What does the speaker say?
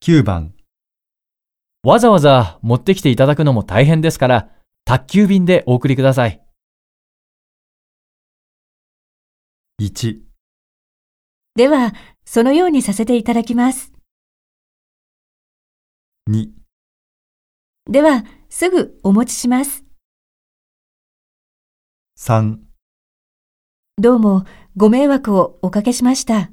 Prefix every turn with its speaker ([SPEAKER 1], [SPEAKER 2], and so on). [SPEAKER 1] 9番、
[SPEAKER 2] わざわざ持ってきていただくのも大変ですから、宅急便でお送りください。
[SPEAKER 1] 1、
[SPEAKER 3] では、そのようにさせていただきます。
[SPEAKER 1] 2、
[SPEAKER 3] では、すぐお持ちします。
[SPEAKER 1] 3
[SPEAKER 3] どうも、ご迷惑をおかけしました。